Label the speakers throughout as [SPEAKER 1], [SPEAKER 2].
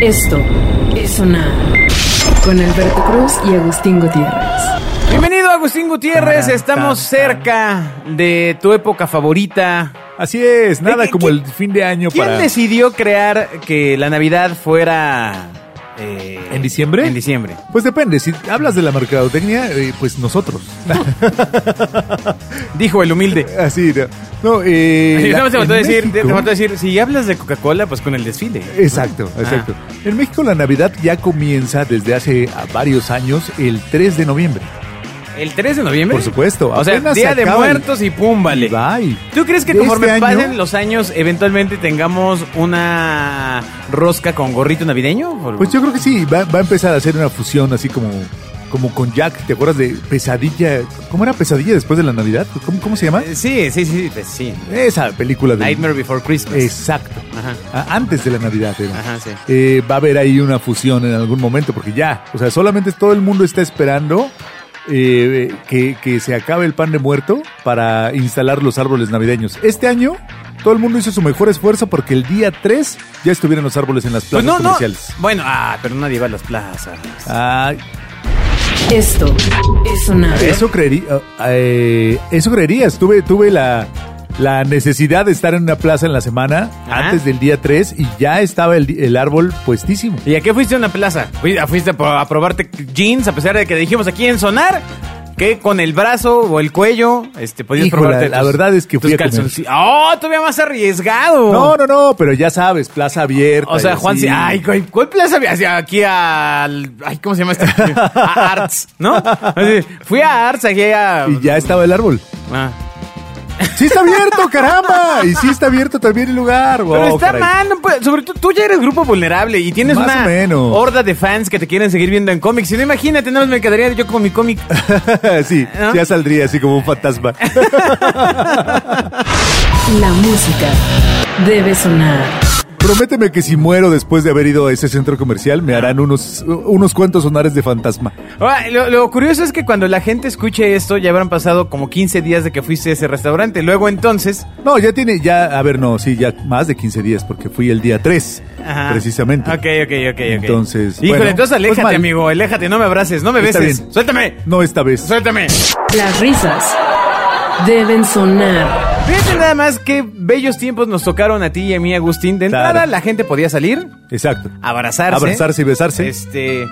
[SPEAKER 1] Esto es sonar con Alberto Cruz y Agustín Gutiérrez.
[SPEAKER 2] Bienvenido Agustín Gutiérrez, estamos cerca de tu época favorita.
[SPEAKER 3] Así es, nada
[SPEAKER 2] qué-
[SPEAKER 3] como
[SPEAKER 2] qué-
[SPEAKER 3] el fin de año
[SPEAKER 2] ¿Quién
[SPEAKER 3] para...
[SPEAKER 2] decidió crear que la Navidad fuera... eh,
[SPEAKER 3] ¿En diciembre?
[SPEAKER 2] En diciembre.
[SPEAKER 3] Pues depende, si hablas de la mercadotecnia, eh, pues nosotros.
[SPEAKER 2] Dijo el humilde.
[SPEAKER 3] Así, no. no eh,
[SPEAKER 2] Sí,
[SPEAKER 3] la-
[SPEAKER 2] nada más te faltó
[SPEAKER 3] en
[SPEAKER 2] decir, te
[SPEAKER 3] México-
[SPEAKER 2] faltó decir, si hablas de Coca-Cola, pues con el desfile.
[SPEAKER 3] Exacto,
[SPEAKER 2] Ah.
[SPEAKER 3] exacto. En México la Navidad ya comienza desde hace ah, varios años, el 3 de noviembre.
[SPEAKER 2] ¿El 3 de noviembre?
[SPEAKER 3] Por supuesto,
[SPEAKER 2] O sea,
[SPEAKER 3] apenas se
[SPEAKER 2] Día de
[SPEAKER 3] acaba el-
[SPEAKER 2] Muertos y púmbale.
[SPEAKER 3] Bye.
[SPEAKER 2] ¿Tú crees que
[SPEAKER 3] De
[SPEAKER 2] conforme
[SPEAKER 3] este año-
[SPEAKER 2] pasen los años, eventualmente tengamos una rosca con gorrito navideño? Por-
[SPEAKER 3] Pues yo creo que sí, va, va a empezar a hacer una fusión así como, como con Jack, ¿te acuerdas de Pesadilla? ¿Cómo era Pesadilla después de la Navidad? ¿Cómo, cómo se llama?
[SPEAKER 2] Eh, Sí, sí, sí, pues sí.
[SPEAKER 3] Esa película de...
[SPEAKER 2] Nightmare Before Christmas.
[SPEAKER 3] Exacto.
[SPEAKER 2] Ajá.
[SPEAKER 3] A- Antes de la Navidad era.
[SPEAKER 2] Ajá, sí.
[SPEAKER 3] Eh, va a haber ahí una fusión en algún momento, porque ya, o sea, solamente todo el mundo está esperando eh, que, que se acabe el pan de muerto para instalar los árboles navideños. Este año, todo el mundo hizo su mejor esfuerzo porque el día 3 ya estuvieron los árboles en las
[SPEAKER 2] Pues
[SPEAKER 3] plazas
[SPEAKER 2] no, no.
[SPEAKER 3] comerciales.
[SPEAKER 2] Bueno, ah, pero nadie va a las plazas.
[SPEAKER 3] Ah,
[SPEAKER 1] Esto es sonar
[SPEAKER 3] eso creería, eh, eso creerías. Tuve, tuve la, la necesidad de estar en una plaza en la semana
[SPEAKER 2] Ajá.
[SPEAKER 3] antes del día 3 y ya estaba el, el árbol puestísimo.
[SPEAKER 2] ¿Y a qué fuiste a una plaza? Fui- a- Fuiste a pro- a probarte jeans, a pesar de que dijimos aquí en Sonar que con el brazo o el cuello este, podías
[SPEAKER 3] Híjole,
[SPEAKER 2] probarte.
[SPEAKER 3] la verdad es que fui a comer.
[SPEAKER 2] calzoncillos. ¡Oh, todavía más arriesgado!
[SPEAKER 3] No, no, no, pero ya sabes, plaza abierta.
[SPEAKER 2] O sea,
[SPEAKER 3] y
[SPEAKER 2] Juan,
[SPEAKER 3] así.
[SPEAKER 2] sí. ay, güey, ¿cuál plaza había? Hacia Aquí al. Ay, ¿cómo se llama este? A Arts, ¿no? Así, fui a Arts, aquí a.
[SPEAKER 3] Y ya estaba el árbol.
[SPEAKER 2] Ah.
[SPEAKER 3] ¡Sí está abierto, caramba! Y sí está abierto también el lugar.
[SPEAKER 2] Pero
[SPEAKER 3] Wow,
[SPEAKER 2] está
[SPEAKER 3] Oh, caray.
[SPEAKER 2] mal, no puede- sobre todo tú ya eres grupo vulnerable y tienes
[SPEAKER 3] Más
[SPEAKER 2] una
[SPEAKER 3] o menos.
[SPEAKER 2] horda de fans que te quieren seguir viendo en cómics. Si no, imagínate, nada más me quedaría yo con mi cómic.
[SPEAKER 3] sí,
[SPEAKER 2] ¿No?
[SPEAKER 3] ya saldría así como un fantasma.
[SPEAKER 1] La música debe sonar.
[SPEAKER 3] Prométeme que si muero después de haber ido a ese centro comercial, me harán unos, unos cuantos sonares de fantasma.
[SPEAKER 2] Ahora, Ah, lo, lo curioso es que cuando la gente escuche esto, ya habrán pasado como 15 días de que fuiste a ese restaurante. Luego entonces,
[SPEAKER 3] No, ya tiene, ya, a ver, no, sí, ya más de 15 días, porque fui el día 3,
[SPEAKER 2] Ajá.
[SPEAKER 3] precisamente.
[SPEAKER 2] Ok, ok, ok, ok.
[SPEAKER 3] Entonces,
[SPEAKER 2] Híjole,
[SPEAKER 3] bueno,
[SPEAKER 2] entonces
[SPEAKER 3] pues
[SPEAKER 2] aléjate,
[SPEAKER 3] mal.
[SPEAKER 2] amigo. Aléjate, no me abraces, no me
[SPEAKER 3] Está
[SPEAKER 2] beses.
[SPEAKER 3] bien.
[SPEAKER 2] Suéltame,
[SPEAKER 3] No esta vez.
[SPEAKER 2] suéltame.
[SPEAKER 1] Las risas deben sonar.
[SPEAKER 2] Fíjate nada más qué bellos tiempos nos tocaron a ti y a mí, Agustín. De
[SPEAKER 3] Claro.
[SPEAKER 2] entrada, la gente podía salir,
[SPEAKER 3] Exacto.
[SPEAKER 2] abrazarse.
[SPEAKER 3] Abrazarse y besarse.
[SPEAKER 2] Este.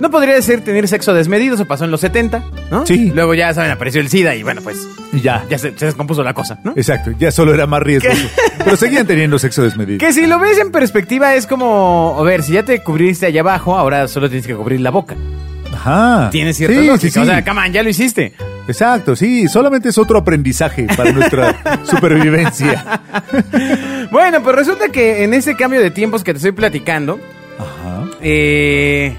[SPEAKER 2] No podría decir tener sexo desmedido, eso pasó en los 70, ¿no?
[SPEAKER 3] Sí.
[SPEAKER 2] Luego ya, saben, apareció el SIDA y bueno, pues
[SPEAKER 3] Y ya.
[SPEAKER 2] ya se, se descompuso la cosa, ¿no?
[SPEAKER 3] Exacto, ya solo era más riesgoso. Pero seguían teniendo sexo desmedido.
[SPEAKER 2] Que si lo ves en perspectiva es como, a ver, si ya te cubriste allá abajo, ahora solo tienes que cubrir la boca.
[SPEAKER 3] Ajá.
[SPEAKER 2] Tiene cierta
[SPEAKER 3] Sí,
[SPEAKER 2] lógica.
[SPEAKER 3] sí, sí.
[SPEAKER 2] O sea, come on, ya lo hiciste.
[SPEAKER 3] Exacto, sí. Solamente es otro aprendizaje para nuestra supervivencia.
[SPEAKER 2] Bueno, pues resulta que en ese cambio de tiempos que te estoy platicando,
[SPEAKER 3] Ajá.
[SPEAKER 2] eh,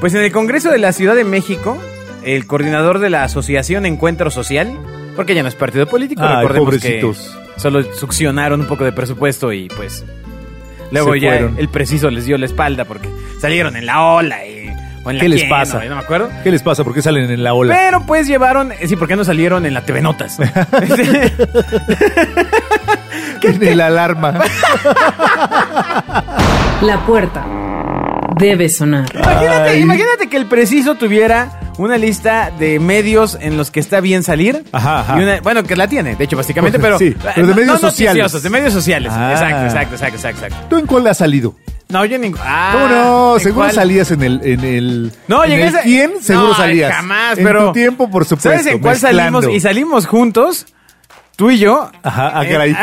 [SPEAKER 2] pues en el Congreso de la Ciudad de México, el coordinador de la Asociación Encuentro Social, porque ya no es partido político,
[SPEAKER 3] Ay,
[SPEAKER 2] recordemos
[SPEAKER 3] pobrecitos.
[SPEAKER 2] que solo succionaron un poco de presupuesto y pues luego
[SPEAKER 3] Se
[SPEAKER 2] ya
[SPEAKER 3] fueron.
[SPEAKER 2] el preciso les dio la espalda porque salieron en la ola y, o en la
[SPEAKER 3] ¿Qué les
[SPEAKER 2] quién,
[SPEAKER 3] pasa?
[SPEAKER 2] o no me acuerdo.
[SPEAKER 3] ¿Qué les pasa? ¿Por qué salen en la ola?
[SPEAKER 2] Pero pues llevaron, sí, ¿por qué no salieron en la TV Notas? Este,
[SPEAKER 3] Tiene la alarma.
[SPEAKER 1] La puerta debe sonar.
[SPEAKER 2] imagínate,
[SPEAKER 3] Ay.
[SPEAKER 2] imagínate que el preciso tuviera una lista de medios en los que está bien salir.
[SPEAKER 3] Ajá, ajá. Pues,
[SPEAKER 2] Y una- bueno, que la tiene, de hecho, básicamente, pero,
[SPEAKER 3] Sí, pero de
[SPEAKER 2] no-
[SPEAKER 3] medios
[SPEAKER 2] no
[SPEAKER 3] sociales.
[SPEAKER 2] noticiosos, de medios sociales.
[SPEAKER 3] Ah.
[SPEAKER 2] Exacto, exacto, exacto, exacto, exacto.
[SPEAKER 3] ¿Tú en cuál has salido?
[SPEAKER 2] No, yo ningún. Ah,
[SPEAKER 3] ¿Cómo no?
[SPEAKER 2] ¿en
[SPEAKER 3] Seguro
[SPEAKER 2] cuál?
[SPEAKER 3] salías en el. En el
[SPEAKER 2] No,
[SPEAKER 3] en
[SPEAKER 2] llegué
[SPEAKER 3] el
[SPEAKER 2] a-
[SPEAKER 3] ¿Quién? Seguro
[SPEAKER 2] No,
[SPEAKER 3] salías.
[SPEAKER 2] Jamás,
[SPEAKER 3] En
[SPEAKER 2] pero.
[SPEAKER 3] tu tiempo, por supuesto.
[SPEAKER 2] ¿Sabes en cuál
[SPEAKER 3] mezclando.
[SPEAKER 2] salimos? Y Eh, salimos juntos, tú y yo.
[SPEAKER 3] Ajá, ah,
[SPEAKER 2] en-
[SPEAKER 3] caray.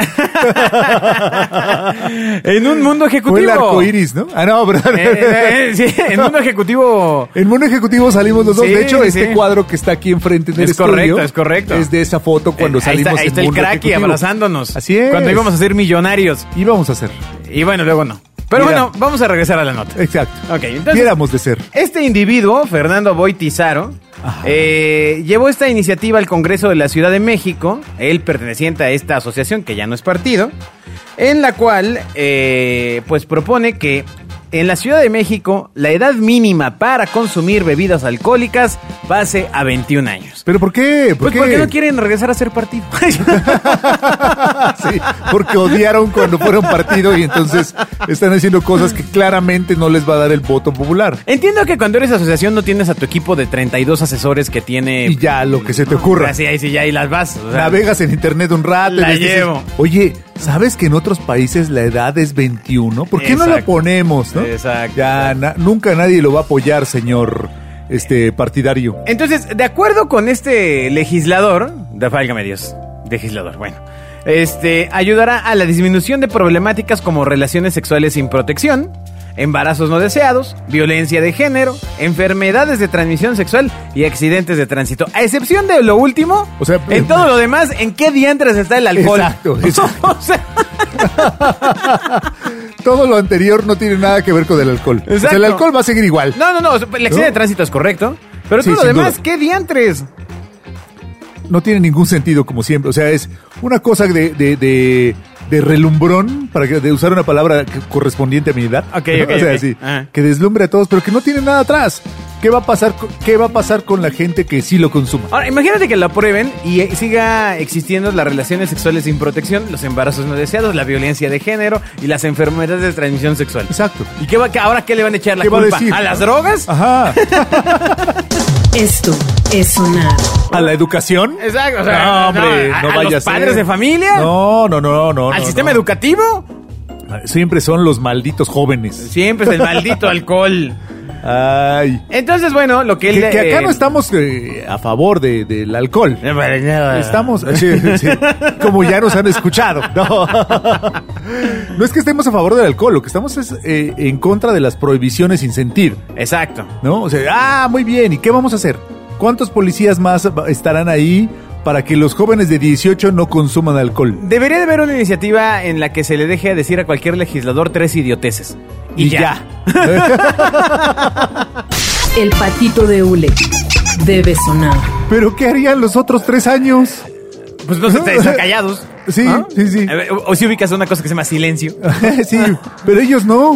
[SPEAKER 2] en un mundo
[SPEAKER 3] Fue el
[SPEAKER 2] ejecutivo.
[SPEAKER 3] arco iris, ¿no? Ah, no, perdón.
[SPEAKER 2] Eh, eh, sí, en un ejecutivo.
[SPEAKER 3] En Mundo Ejecutivo salimos los dos.
[SPEAKER 2] Sí,
[SPEAKER 3] de hecho,
[SPEAKER 2] sí,
[SPEAKER 3] este
[SPEAKER 2] sí.
[SPEAKER 3] cuadro que está aquí enfrente del
[SPEAKER 2] Es
[SPEAKER 3] estudio
[SPEAKER 2] correcto, es correcto.
[SPEAKER 3] Es de esa foto cuando
[SPEAKER 2] Eh,
[SPEAKER 3] salimos
[SPEAKER 2] ahí está, ahí
[SPEAKER 3] en
[SPEAKER 2] está el
[SPEAKER 3] Mundo
[SPEAKER 2] cracky
[SPEAKER 3] Ejecutivo.
[SPEAKER 2] abrazándonos.
[SPEAKER 3] Así es.
[SPEAKER 2] Cuando íbamos a ser millonarios.
[SPEAKER 3] Íbamos a hacer.
[SPEAKER 2] Y bueno, luego no. Pero
[SPEAKER 3] Mira.
[SPEAKER 2] bueno, vamos a regresar a la nota.
[SPEAKER 3] Exacto.
[SPEAKER 2] Ok, Ah, entonces-
[SPEAKER 3] Quieramos de ser.
[SPEAKER 2] Este individuo, Fernando Boitizaro,
[SPEAKER 3] Ajá.
[SPEAKER 2] eh, llevó esta iniciativa al Congreso de la Ciudad de México, él perteneciente a esta asociación que ya no es partido, en la cual eh, pues propone que en la Ciudad de México la edad mínima para consumir bebidas alcohólicas pase a 21 años.
[SPEAKER 3] ¿Pero por qué? ¿Por
[SPEAKER 2] Pues porque no quieren regresar a ser partido.
[SPEAKER 3] Sí, porque odiaron cuando fueron partido y entonces están haciendo cosas que claramente no les va a dar el voto popular.
[SPEAKER 2] Entiendo que cuando eres asociación no tienes a tu equipo de 32 asesores que tiene...
[SPEAKER 3] Y ya, lo que se te ocurra.
[SPEAKER 2] Así, ahí sí, ya, y las vas. o sea,
[SPEAKER 3] Navegas en internet un rato. y
[SPEAKER 2] La
[SPEAKER 3] ves que dices,
[SPEAKER 2] llevo.
[SPEAKER 3] Oye, ¿sabes que en otros países la edad es 21? ¿Por qué no la
[SPEAKER 2] Exacto.
[SPEAKER 3] ponemos, no?
[SPEAKER 2] Exacto.
[SPEAKER 3] Ya na- nunca nadie lo va a apoyar, señor este partidario.
[SPEAKER 2] Entonces, de acuerdo con este legislador, de válgame Dios, legislador, bueno, este ayudará a la disminución de problemáticas como relaciones sexuales sin protección, embarazos no deseados, violencia de género, enfermedades de transmisión sexual y accidentes de tránsito. A excepción de lo último,
[SPEAKER 3] O sea, eh,
[SPEAKER 2] en todo lo demás, ¿en qué diantres está el alcohol?
[SPEAKER 3] Exacto, exacto.
[SPEAKER 2] O sea,
[SPEAKER 3] Todo lo anterior no tiene nada que ver con el alcohol. O sea,
[SPEAKER 2] Exacto.
[SPEAKER 3] el alcohol va a seguir igual.
[SPEAKER 2] no, no, no, el accidente de tránsito es correcto, pero
[SPEAKER 3] Sí,
[SPEAKER 2] todo lo
[SPEAKER 3] sin
[SPEAKER 2] demás,
[SPEAKER 3] duda.
[SPEAKER 2] ¿qué diantres?
[SPEAKER 3] no tiene ningún sentido como siempre. O sea, es una cosa de, de, de, de relumbrón, para que, de usar una palabra que- correspondiente a mi edad.
[SPEAKER 2] Ok,
[SPEAKER 3] ¿no?
[SPEAKER 2] ok,
[SPEAKER 3] o sea,
[SPEAKER 2] ok.
[SPEAKER 3] sí,
[SPEAKER 2] Ajá.
[SPEAKER 3] que deslumbre a todos, pero que no tiene nada atrás. ¿Qué va a pasar, co- qué va a pasar con la gente que sí lo consuma?
[SPEAKER 2] Ahora, imagínate que la prueben y eh, siga existiendo las relaciones sexuales sin protección, los embarazos no deseados, la violencia de género y las enfermedades de transmisión sexual.
[SPEAKER 3] Exacto.
[SPEAKER 2] ¿Y qué va, qué- ahora qué le van a echar la
[SPEAKER 3] ¿Qué va a
[SPEAKER 2] culpa?
[SPEAKER 3] decir? Ah.
[SPEAKER 2] ¿A las drogas?
[SPEAKER 3] Ajá.
[SPEAKER 1] Esto es sonar.
[SPEAKER 3] ¿A la educación?
[SPEAKER 2] Exacto, o sea,
[SPEAKER 3] no, hombre,
[SPEAKER 2] no,
[SPEAKER 3] no,
[SPEAKER 2] a- a
[SPEAKER 3] vaya
[SPEAKER 2] los
[SPEAKER 3] ser.
[SPEAKER 2] padres de familia.
[SPEAKER 3] No, no, no, no. no
[SPEAKER 2] ¿Al
[SPEAKER 3] no,
[SPEAKER 2] sistema
[SPEAKER 3] no.
[SPEAKER 2] educativo?
[SPEAKER 3] Siempre son los malditos jóvenes.
[SPEAKER 2] Siempre es el maldito alcohol.
[SPEAKER 3] Ay.
[SPEAKER 2] Entonces, bueno, lo que él...
[SPEAKER 3] Que, que acá
[SPEAKER 2] eh,
[SPEAKER 3] no estamos eh, a favor de- del alcohol.
[SPEAKER 2] eh, para nada.
[SPEAKER 3] Estamos, eh, sí, sí, como ya nos han escuchado. No. No es que estemos a favor del alcohol, lo que estamos es eh, en contra de las prohibiciones sin sentir,
[SPEAKER 2] Exacto.
[SPEAKER 3] ¿no? O sea, ah, muy bien, ¿y qué vamos a hacer? ¿Cuántos policías más va- estarán ahí para que los jóvenes de 18 no consuman alcohol?
[SPEAKER 2] Debería de haber una iniciativa en la que se le deje decir a cualquier legislador tres idioteces. Y, ya.
[SPEAKER 1] El patito de hule debe sonar.
[SPEAKER 3] ¿Pero qué harían los otros tres años?
[SPEAKER 2] Pues no se te están callados.
[SPEAKER 3] Sí,
[SPEAKER 2] ¿Ah?
[SPEAKER 3] sí, sí.
[SPEAKER 2] A ver, o, o si ubicas una cosa que se llama silencio.
[SPEAKER 3] sí, pero ellos no.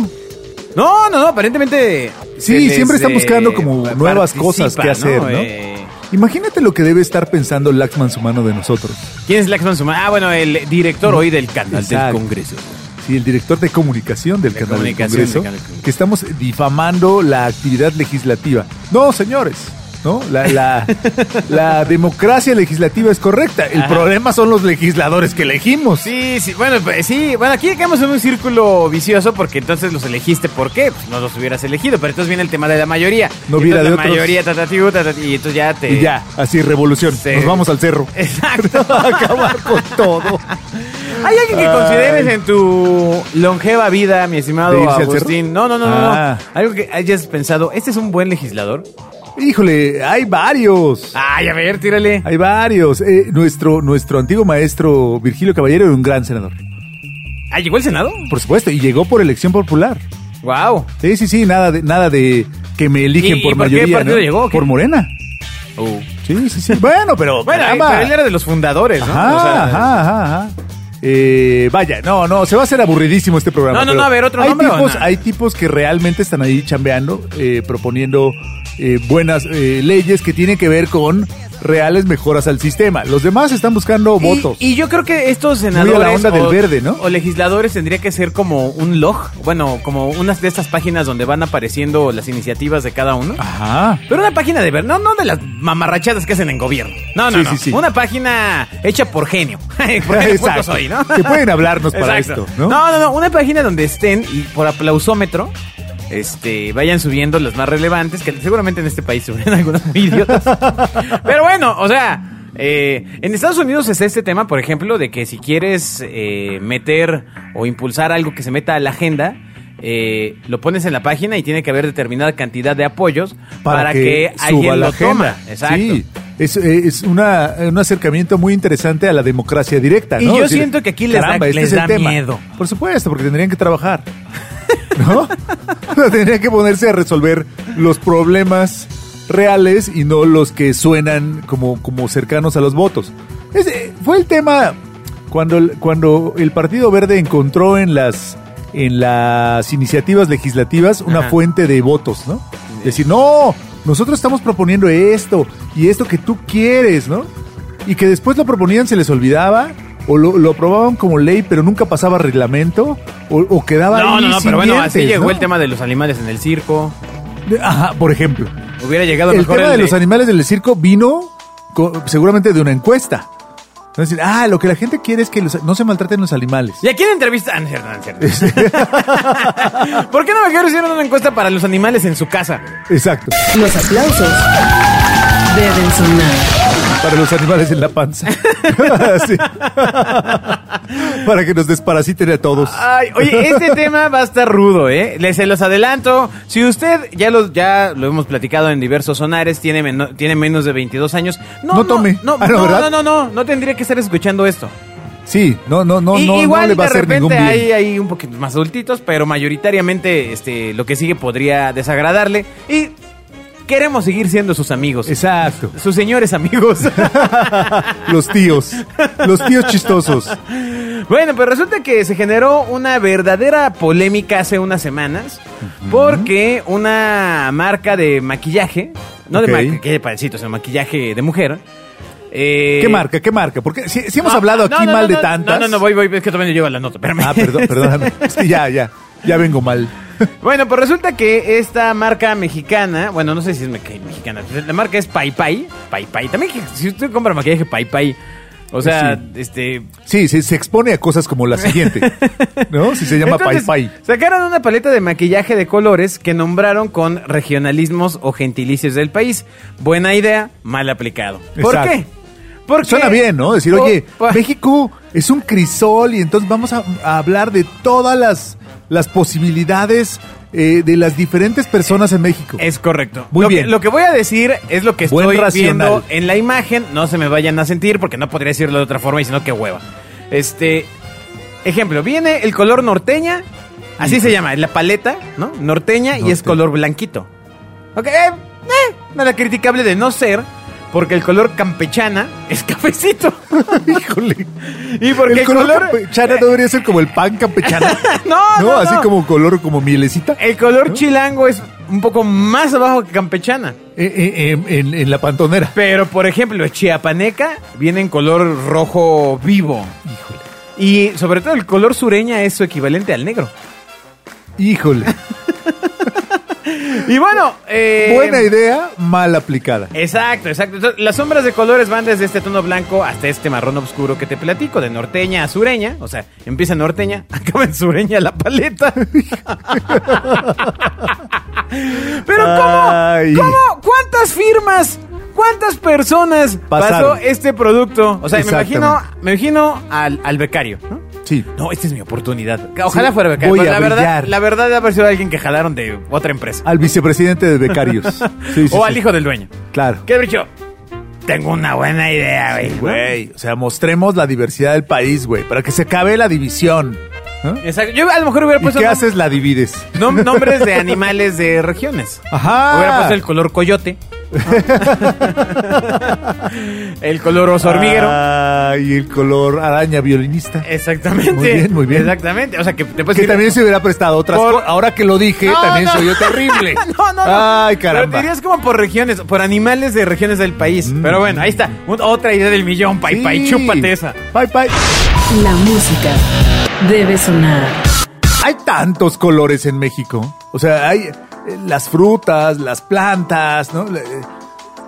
[SPEAKER 2] No, no, no, aparentemente.
[SPEAKER 3] Sí,
[SPEAKER 2] se
[SPEAKER 3] siempre están
[SPEAKER 2] eh,
[SPEAKER 3] buscando como
[SPEAKER 2] participa,
[SPEAKER 3] nuevas cosas que hacer, ¿no?
[SPEAKER 2] Eh,
[SPEAKER 3] Imagínate lo que debe estar pensando el Laxman humano de nosotros.
[SPEAKER 2] ¿Quién es Laxman Suma? Ah, bueno, el director hoy del canal
[SPEAKER 3] Exacto.
[SPEAKER 2] del Congreso.
[SPEAKER 3] Sí, el director de comunicación del
[SPEAKER 2] De
[SPEAKER 3] canal del
[SPEAKER 2] comunicación del
[SPEAKER 3] Congreso,
[SPEAKER 2] canal del Congreso.
[SPEAKER 3] que estamos difamando la actividad legislativa. No, señores, ¿no? La, la- la democracia legislativa es correcta. El
[SPEAKER 2] Ajá.
[SPEAKER 3] problema son los legisladores que elegimos.
[SPEAKER 2] Sí, sí, bueno, pues, sí, bueno, aquí llegamos en un círculo vicioso porque entonces los elegiste, ¿por qué? Pues no los hubieras elegido, pero entonces viene el tema de la mayoría.
[SPEAKER 3] No hubiera
[SPEAKER 2] Entonces
[SPEAKER 3] de
[SPEAKER 2] la
[SPEAKER 3] otros.
[SPEAKER 2] mayoría, tatatibu, tatati, y entonces ya te...
[SPEAKER 3] Y ya, así revolución.
[SPEAKER 2] Sí.
[SPEAKER 3] Nos vamos al cerro.
[SPEAKER 2] Exacto.
[SPEAKER 3] Acabar con todo.
[SPEAKER 2] ¿Hay alguien que
[SPEAKER 3] Ay.
[SPEAKER 2] consideres en tu longeva vida, mi
[SPEAKER 3] ¿De
[SPEAKER 2] estimado
[SPEAKER 3] irse al
[SPEAKER 2] Agustín?
[SPEAKER 3] cerro?
[SPEAKER 2] No, no, no, no, no.
[SPEAKER 3] Ah.
[SPEAKER 2] Algo que hayas pensado, ¿este es un buen legislador?
[SPEAKER 3] Híjole, hay varios.
[SPEAKER 2] Ay, a ver, tírale.
[SPEAKER 3] Hay varios. Eh, nuestro, nuestro antiguo maestro Virgilio Caballero era un gran senador.
[SPEAKER 2] Ah, ¿llegó el Senado?
[SPEAKER 3] Por supuesto, y llegó por elección popular.
[SPEAKER 2] Wow.
[SPEAKER 3] Sí, sí, sí, nada de, nada de que me eligen
[SPEAKER 2] ¿Y-
[SPEAKER 3] por
[SPEAKER 2] y por qué
[SPEAKER 3] mayoría.
[SPEAKER 2] partido
[SPEAKER 3] ¿no?
[SPEAKER 2] llegó, o qué?
[SPEAKER 3] Por Morena. Sí, sí, sí. Bueno, pero.
[SPEAKER 2] Bueno, eh,
[SPEAKER 3] caramba.
[SPEAKER 2] Oh. pero él era de los fundadores, ¿no?
[SPEAKER 3] Ajá,
[SPEAKER 2] O sea,
[SPEAKER 3] ajá, ajá, ajá. Eh, vaya, no, no, se va a hacer aburridísimo este programa.
[SPEAKER 2] No, no,
[SPEAKER 3] pero
[SPEAKER 2] no, a ver, ¿otro
[SPEAKER 3] hay
[SPEAKER 2] nombre o
[SPEAKER 3] tipos,
[SPEAKER 2] no?
[SPEAKER 3] Hay tipos que realmente están ahí chambeando, eh, proponiendo eh, buenas eh, leyes que tienen que ver con reales mejoras al sistema. Los demás están buscando
[SPEAKER 2] y-
[SPEAKER 3] votos.
[SPEAKER 2] Y, yo creo que estos
[SPEAKER 3] a la
[SPEAKER 2] senadores
[SPEAKER 3] onda del
[SPEAKER 2] o,
[SPEAKER 3] verde, ¿no?
[SPEAKER 2] o legisladores tendría que ser como un log, bueno, como unas de estas páginas donde van apareciendo las iniciativas de cada uno.
[SPEAKER 3] Ajá.
[SPEAKER 2] Pero una página de verdad, no, no de las mamarrachadas que hacen en gobierno. No, no,
[SPEAKER 3] Sí,
[SPEAKER 2] no.
[SPEAKER 3] sí, sí.
[SPEAKER 2] Una página hecha por genio. por genio puerco soy, ¿no?
[SPEAKER 3] Que pueden hablarnos para
[SPEAKER 2] Exacto.
[SPEAKER 3] esto, ¿no?
[SPEAKER 2] no, no, Una página donde estén y por aplausómetro. Este, vayan subiendo las más relevantes, que seguramente en este país suben algunos idiotas. Pero bueno, o sea, eh, en Estados Unidos está este tema, por ejemplo, de que si quieres eh, meter o impulsar algo que se meta a la agenda, eh, lo pones en la página y tiene que haber determinada cantidad de apoyos para, que,
[SPEAKER 3] suba
[SPEAKER 2] alguien
[SPEAKER 3] la
[SPEAKER 2] lo toma.
[SPEAKER 3] agenda.
[SPEAKER 2] Exacto.
[SPEAKER 3] Sí, es, eh, es una- un acercamiento muy interesante a la democracia directa.
[SPEAKER 2] Y
[SPEAKER 3] ¿no?
[SPEAKER 2] yo siento que aquí les da- les
[SPEAKER 3] este el
[SPEAKER 2] da miedo.
[SPEAKER 3] Por supuesto, porque tendrían que trabajar. ¿No? tendrían que ponerse a resolver los problemas reales y no los que suenan como, como cercanos a los votos. Ese fue el tema cuando el, cuando el Partido Verde encontró en las en las iniciativas legislativas una
[SPEAKER 2] Ajá.
[SPEAKER 3] fuente de votos, ¿no? Decir, no, nosotros estamos proponiendo esto y esto que tú quieres, ¿no? Y que después lo proponían, se les olvidaba. O lo, lo aprobaban como ley, pero nunca pasaba reglamento. O, o quedaba
[SPEAKER 2] No,
[SPEAKER 3] ahí
[SPEAKER 2] no, no,
[SPEAKER 3] sin
[SPEAKER 2] pero bueno, así
[SPEAKER 3] dientes,
[SPEAKER 2] llegó
[SPEAKER 3] ¿no?
[SPEAKER 2] el tema de los animales en el circo.
[SPEAKER 3] Ajá, por ejemplo.
[SPEAKER 2] Hubiera llegado
[SPEAKER 3] El
[SPEAKER 2] mejor
[SPEAKER 3] tema de
[SPEAKER 2] el
[SPEAKER 3] los animales del circo vino co- seguramente de una encuesta. Es decir, ah, lo que la gente quiere es que los- no se maltraten los animales.
[SPEAKER 2] ¿Y a quién entrevistan? No, no, no, no. ¿Por qué no mejor hicieron una encuesta para los animales en su casa?
[SPEAKER 3] Exacto.
[SPEAKER 1] Los aplausos deben sonar.
[SPEAKER 3] Para los animales en la panza. Sí. Para que nos desparasiten a todos.
[SPEAKER 2] Ay, oye, este tema va a estar rudo, ¿eh? Les se los adelanto. Si usted, ya lo, ya lo hemos platicado en diversos sonares, tiene, meno- tiene menos de 22 años. No,
[SPEAKER 3] No tome.
[SPEAKER 2] No,
[SPEAKER 3] Ah, no,
[SPEAKER 2] no, no,
[SPEAKER 3] ¿verdad?
[SPEAKER 2] no, no, no tendría que estar escuchando esto.
[SPEAKER 3] Sí, no, no, no,
[SPEAKER 2] Y-
[SPEAKER 3] no,
[SPEAKER 2] igual
[SPEAKER 3] no le va a
[SPEAKER 2] de
[SPEAKER 3] hacer ningún
[SPEAKER 2] repente
[SPEAKER 3] bien.
[SPEAKER 2] hay, hay un poquito más adultitos, pero mayoritariamente este, lo que sigue podría desagradarle. Y queremos seguir siendo sus amigos.
[SPEAKER 3] Exacto.
[SPEAKER 2] Sus señores amigos.
[SPEAKER 3] Los tíos. Los tíos chistosos.
[SPEAKER 2] Bueno, pues resulta que se generó una verdadera polémica hace unas semanas porque una marca de maquillaje, no
[SPEAKER 3] Ok.
[SPEAKER 2] de maquillaje parecito, sino maquillaje de mujer. eh,
[SPEAKER 3] ¿Qué marca? ¿Qué marca? Porque si, si hemos
[SPEAKER 2] no,
[SPEAKER 3] hablado
[SPEAKER 2] no,
[SPEAKER 3] aquí
[SPEAKER 2] no,
[SPEAKER 3] mal
[SPEAKER 2] no,
[SPEAKER 3] de
[SPEAKER 2] no,
[SPEAKER 3] tantas.
[SPEAKER 2] No, no, no, voy, voy, es que todavía no llego a la nota, espérame.
[SPEAKER 3] Ah, perdón, perdón. Es que ya, ya. Ya vengo mal.
[SPEAKER 2] Bueno, pues resulta que esta marca mexicana, bueno, no sé si es me- que mexicana, pues, la marca es Pai Pai, Pai Pai. También que- si usted compra maquillaje Pai Pai, o sea, este,
[SPEAKER 3] Pues Sí, sí, se expone a cosas como la siguiente, ¿no? Si se llama
[SPEAKER 2] Entonces,
[SPEAKER 3] Pai Pai.
[SPEAKER 2] Sacaron una paleta de maquillaje de colores que nombraron con regionalismos o gentilicios del país. Buena idea, mal aplicado. ¿Por
[SPEAKER 3] Exacto.
[SPEAKER 2] qué? Oh, Porque
[SPEAKER 3] Suena bien, ¿no? Decir,
[SPEAKER 2] Po-
[SPEAKER 3] oye,
[SPEAKER 2] po-
[SPEAKER 3] México es un crisol y entonces vamos a, a hablar de todas las, las posibilidades eh, de las diferentes personas en México.
[SPEAKER 2] Es correcto.
[SPEAKER 3] Muy
[SPEAKER 2] lo
[SPEAKER 3] bien.
[SPEAKER 2] Que, lo que voy a decir es lo que
[SPEAKER 3] Buen
[SPEAKER 2] estoy
[SPEAKER 3] racional.
[SPEAKER 2] viendo en la imagen. No se me vayan a sentir porque no podría decirlo de otra forma y si no, qué hueva. Este, ejemplo, viene el color norteña, así se llama, la paleta, ¿no? Norteña y es
[SPEAKER 3] Norteña.
[SPEAKER 2] color blanquito. Ok, eh, eh, nada criticable de no ser porque el color campechana es cafecito.
[SPEAKER 3] Híjole.
[SPEAKER 2] Y porque el color... eh.
[SPEAKER 3] campechana no debería ser como el pan campechano.
[SPEAKER 2] No, no,
[SPEAKER 3] así
[SPEAKER 2] no. Eh.
[SPEAKER 3] como color, como mielecita.
[SPEAKER 2] El color
[SPEAKER 3] ¿No?
[SPEAKER 2] chilango es un poco más abajo que campechana.
[SPEAKER 3] Eh, eh, em, en, en la pantonera.
[SPEAKER 2] Pero, por ejemplo, chiapaneca viene en color rojo vivo.
[SPEAKER 3] Híjole.
[SPEAKER 2] Y sobre todo el color sureña es su equivalente al negro.
[SPEAKER 3] Híjole.
[SPEAKER 2] Y bueno, eh,
[SPEAKER 3] Buena idea, mal aplicada.
[SPEAKER 2] Exacto, exacto. Entonces, las sombras de colores van desde este tono blanco hasta este marrón oscuro que te platico, de norteña a sureña. O sea, empieza en norteña, acaba en sureña la paleta. Pero ¿cómo?
[SPEAKER 3] Ay.
[SPEAKER 2] ¿Cómo? ¿Cuántas firmas? ¿Cuántas personas
[SPEAKER 3] Pasaron.
[SPEAKER 2] pasó este producto? O sea, me
[SPEAKER 3] Exactamente.
[SPEAKER 2] imagino, me imagino al, al becario, ¿no?
[SPEAKER 3] Sí.
[SPEAKER 2] No, esta es mi oportunidad. Ojalá
[SPEAKER 3] Sí,
[SPEAKER 2] fuera becario.
[SPEAKER 3] voy
[SPEAKER 2] pero
[SPEAKER 3] a
[SPEAKER 2] la verdad,
[SPEAKER 3] brillar.
[SPEAKER 2] la verdad debe haber sido alguien que jalaron de otra empresa.
[SPEAKER 3] Al vicepresidente de becarios. Sí, sí,
[SPEAKER 2] o
[SPEAKER 3] sí.
[SPEAKER 2] al hijo del dueño.
[SPEAKER 3] Claro.
[SPEAKER 2] ¿Qué dicho? Tengo una buena idea, güey.
[SPEAKER 3] Güey, o sea, mostremos la diversidad del país, güey, para que se acabe la división. ¿no?
[SPEAKER 2] Exacto. Yo a lo mejor hubiera
[SPEAKER 3] ¿Y
[SPEAKER 2] puesto
[SPEAKER 3] qué
[SPEAKER 2] nom-
[SPEAKER 3] haces? La divides.
[SPEAKER 2] nom- nombres de animales de regiones.
[SPEAKER 3] Ajá.
[SPEAKER 2] Hubiera puesto el color coyote. el color oso hormiguero. Eh,
[SPEAKER 3] Ah, y el color araña violinista.
[SPEAKER 2] Exactamente.
[SPEAKER 3] Muy bien, muy bien.
[SPEAKER 2] Exactamente. O sea, que te puedes
[SPEAKER 3] que
[SPEAKER 2] ir-
[SPEAKER 3] también se hubiera prestado otras
[SPEAKER 2] pues, Por-
[SPEAKER 3] cosas. Ahora que lo dije,
[SPEAKER 2] No,
[SPEAKER 3] también
[SPEAKER 2] no.
[SPEAKER 3] soy yo terrible.
[SPEAKER 2] No, no, no.
[SPEAKER 3] Ay,
[SPEAKER 2] Pero te
[SPEAKER 3] caramba. Mm.
[SPEAKER 2] dirías como por regiones, por animales de regiones del país. Pero bueno, ahí está. Un- otra idea del millón, pai, pai.
[SPEAKER 3] Sí.
[SPEAKER 2] Chúpate esa.
[SPEAKER 3] Bye, bye.
[SPEAKER 1] La música debe sonar.
[SPEAKER 3] Hay tantos colores en México. O sea, hay eh, las frutas, las plantas, ¿no? Le- eh,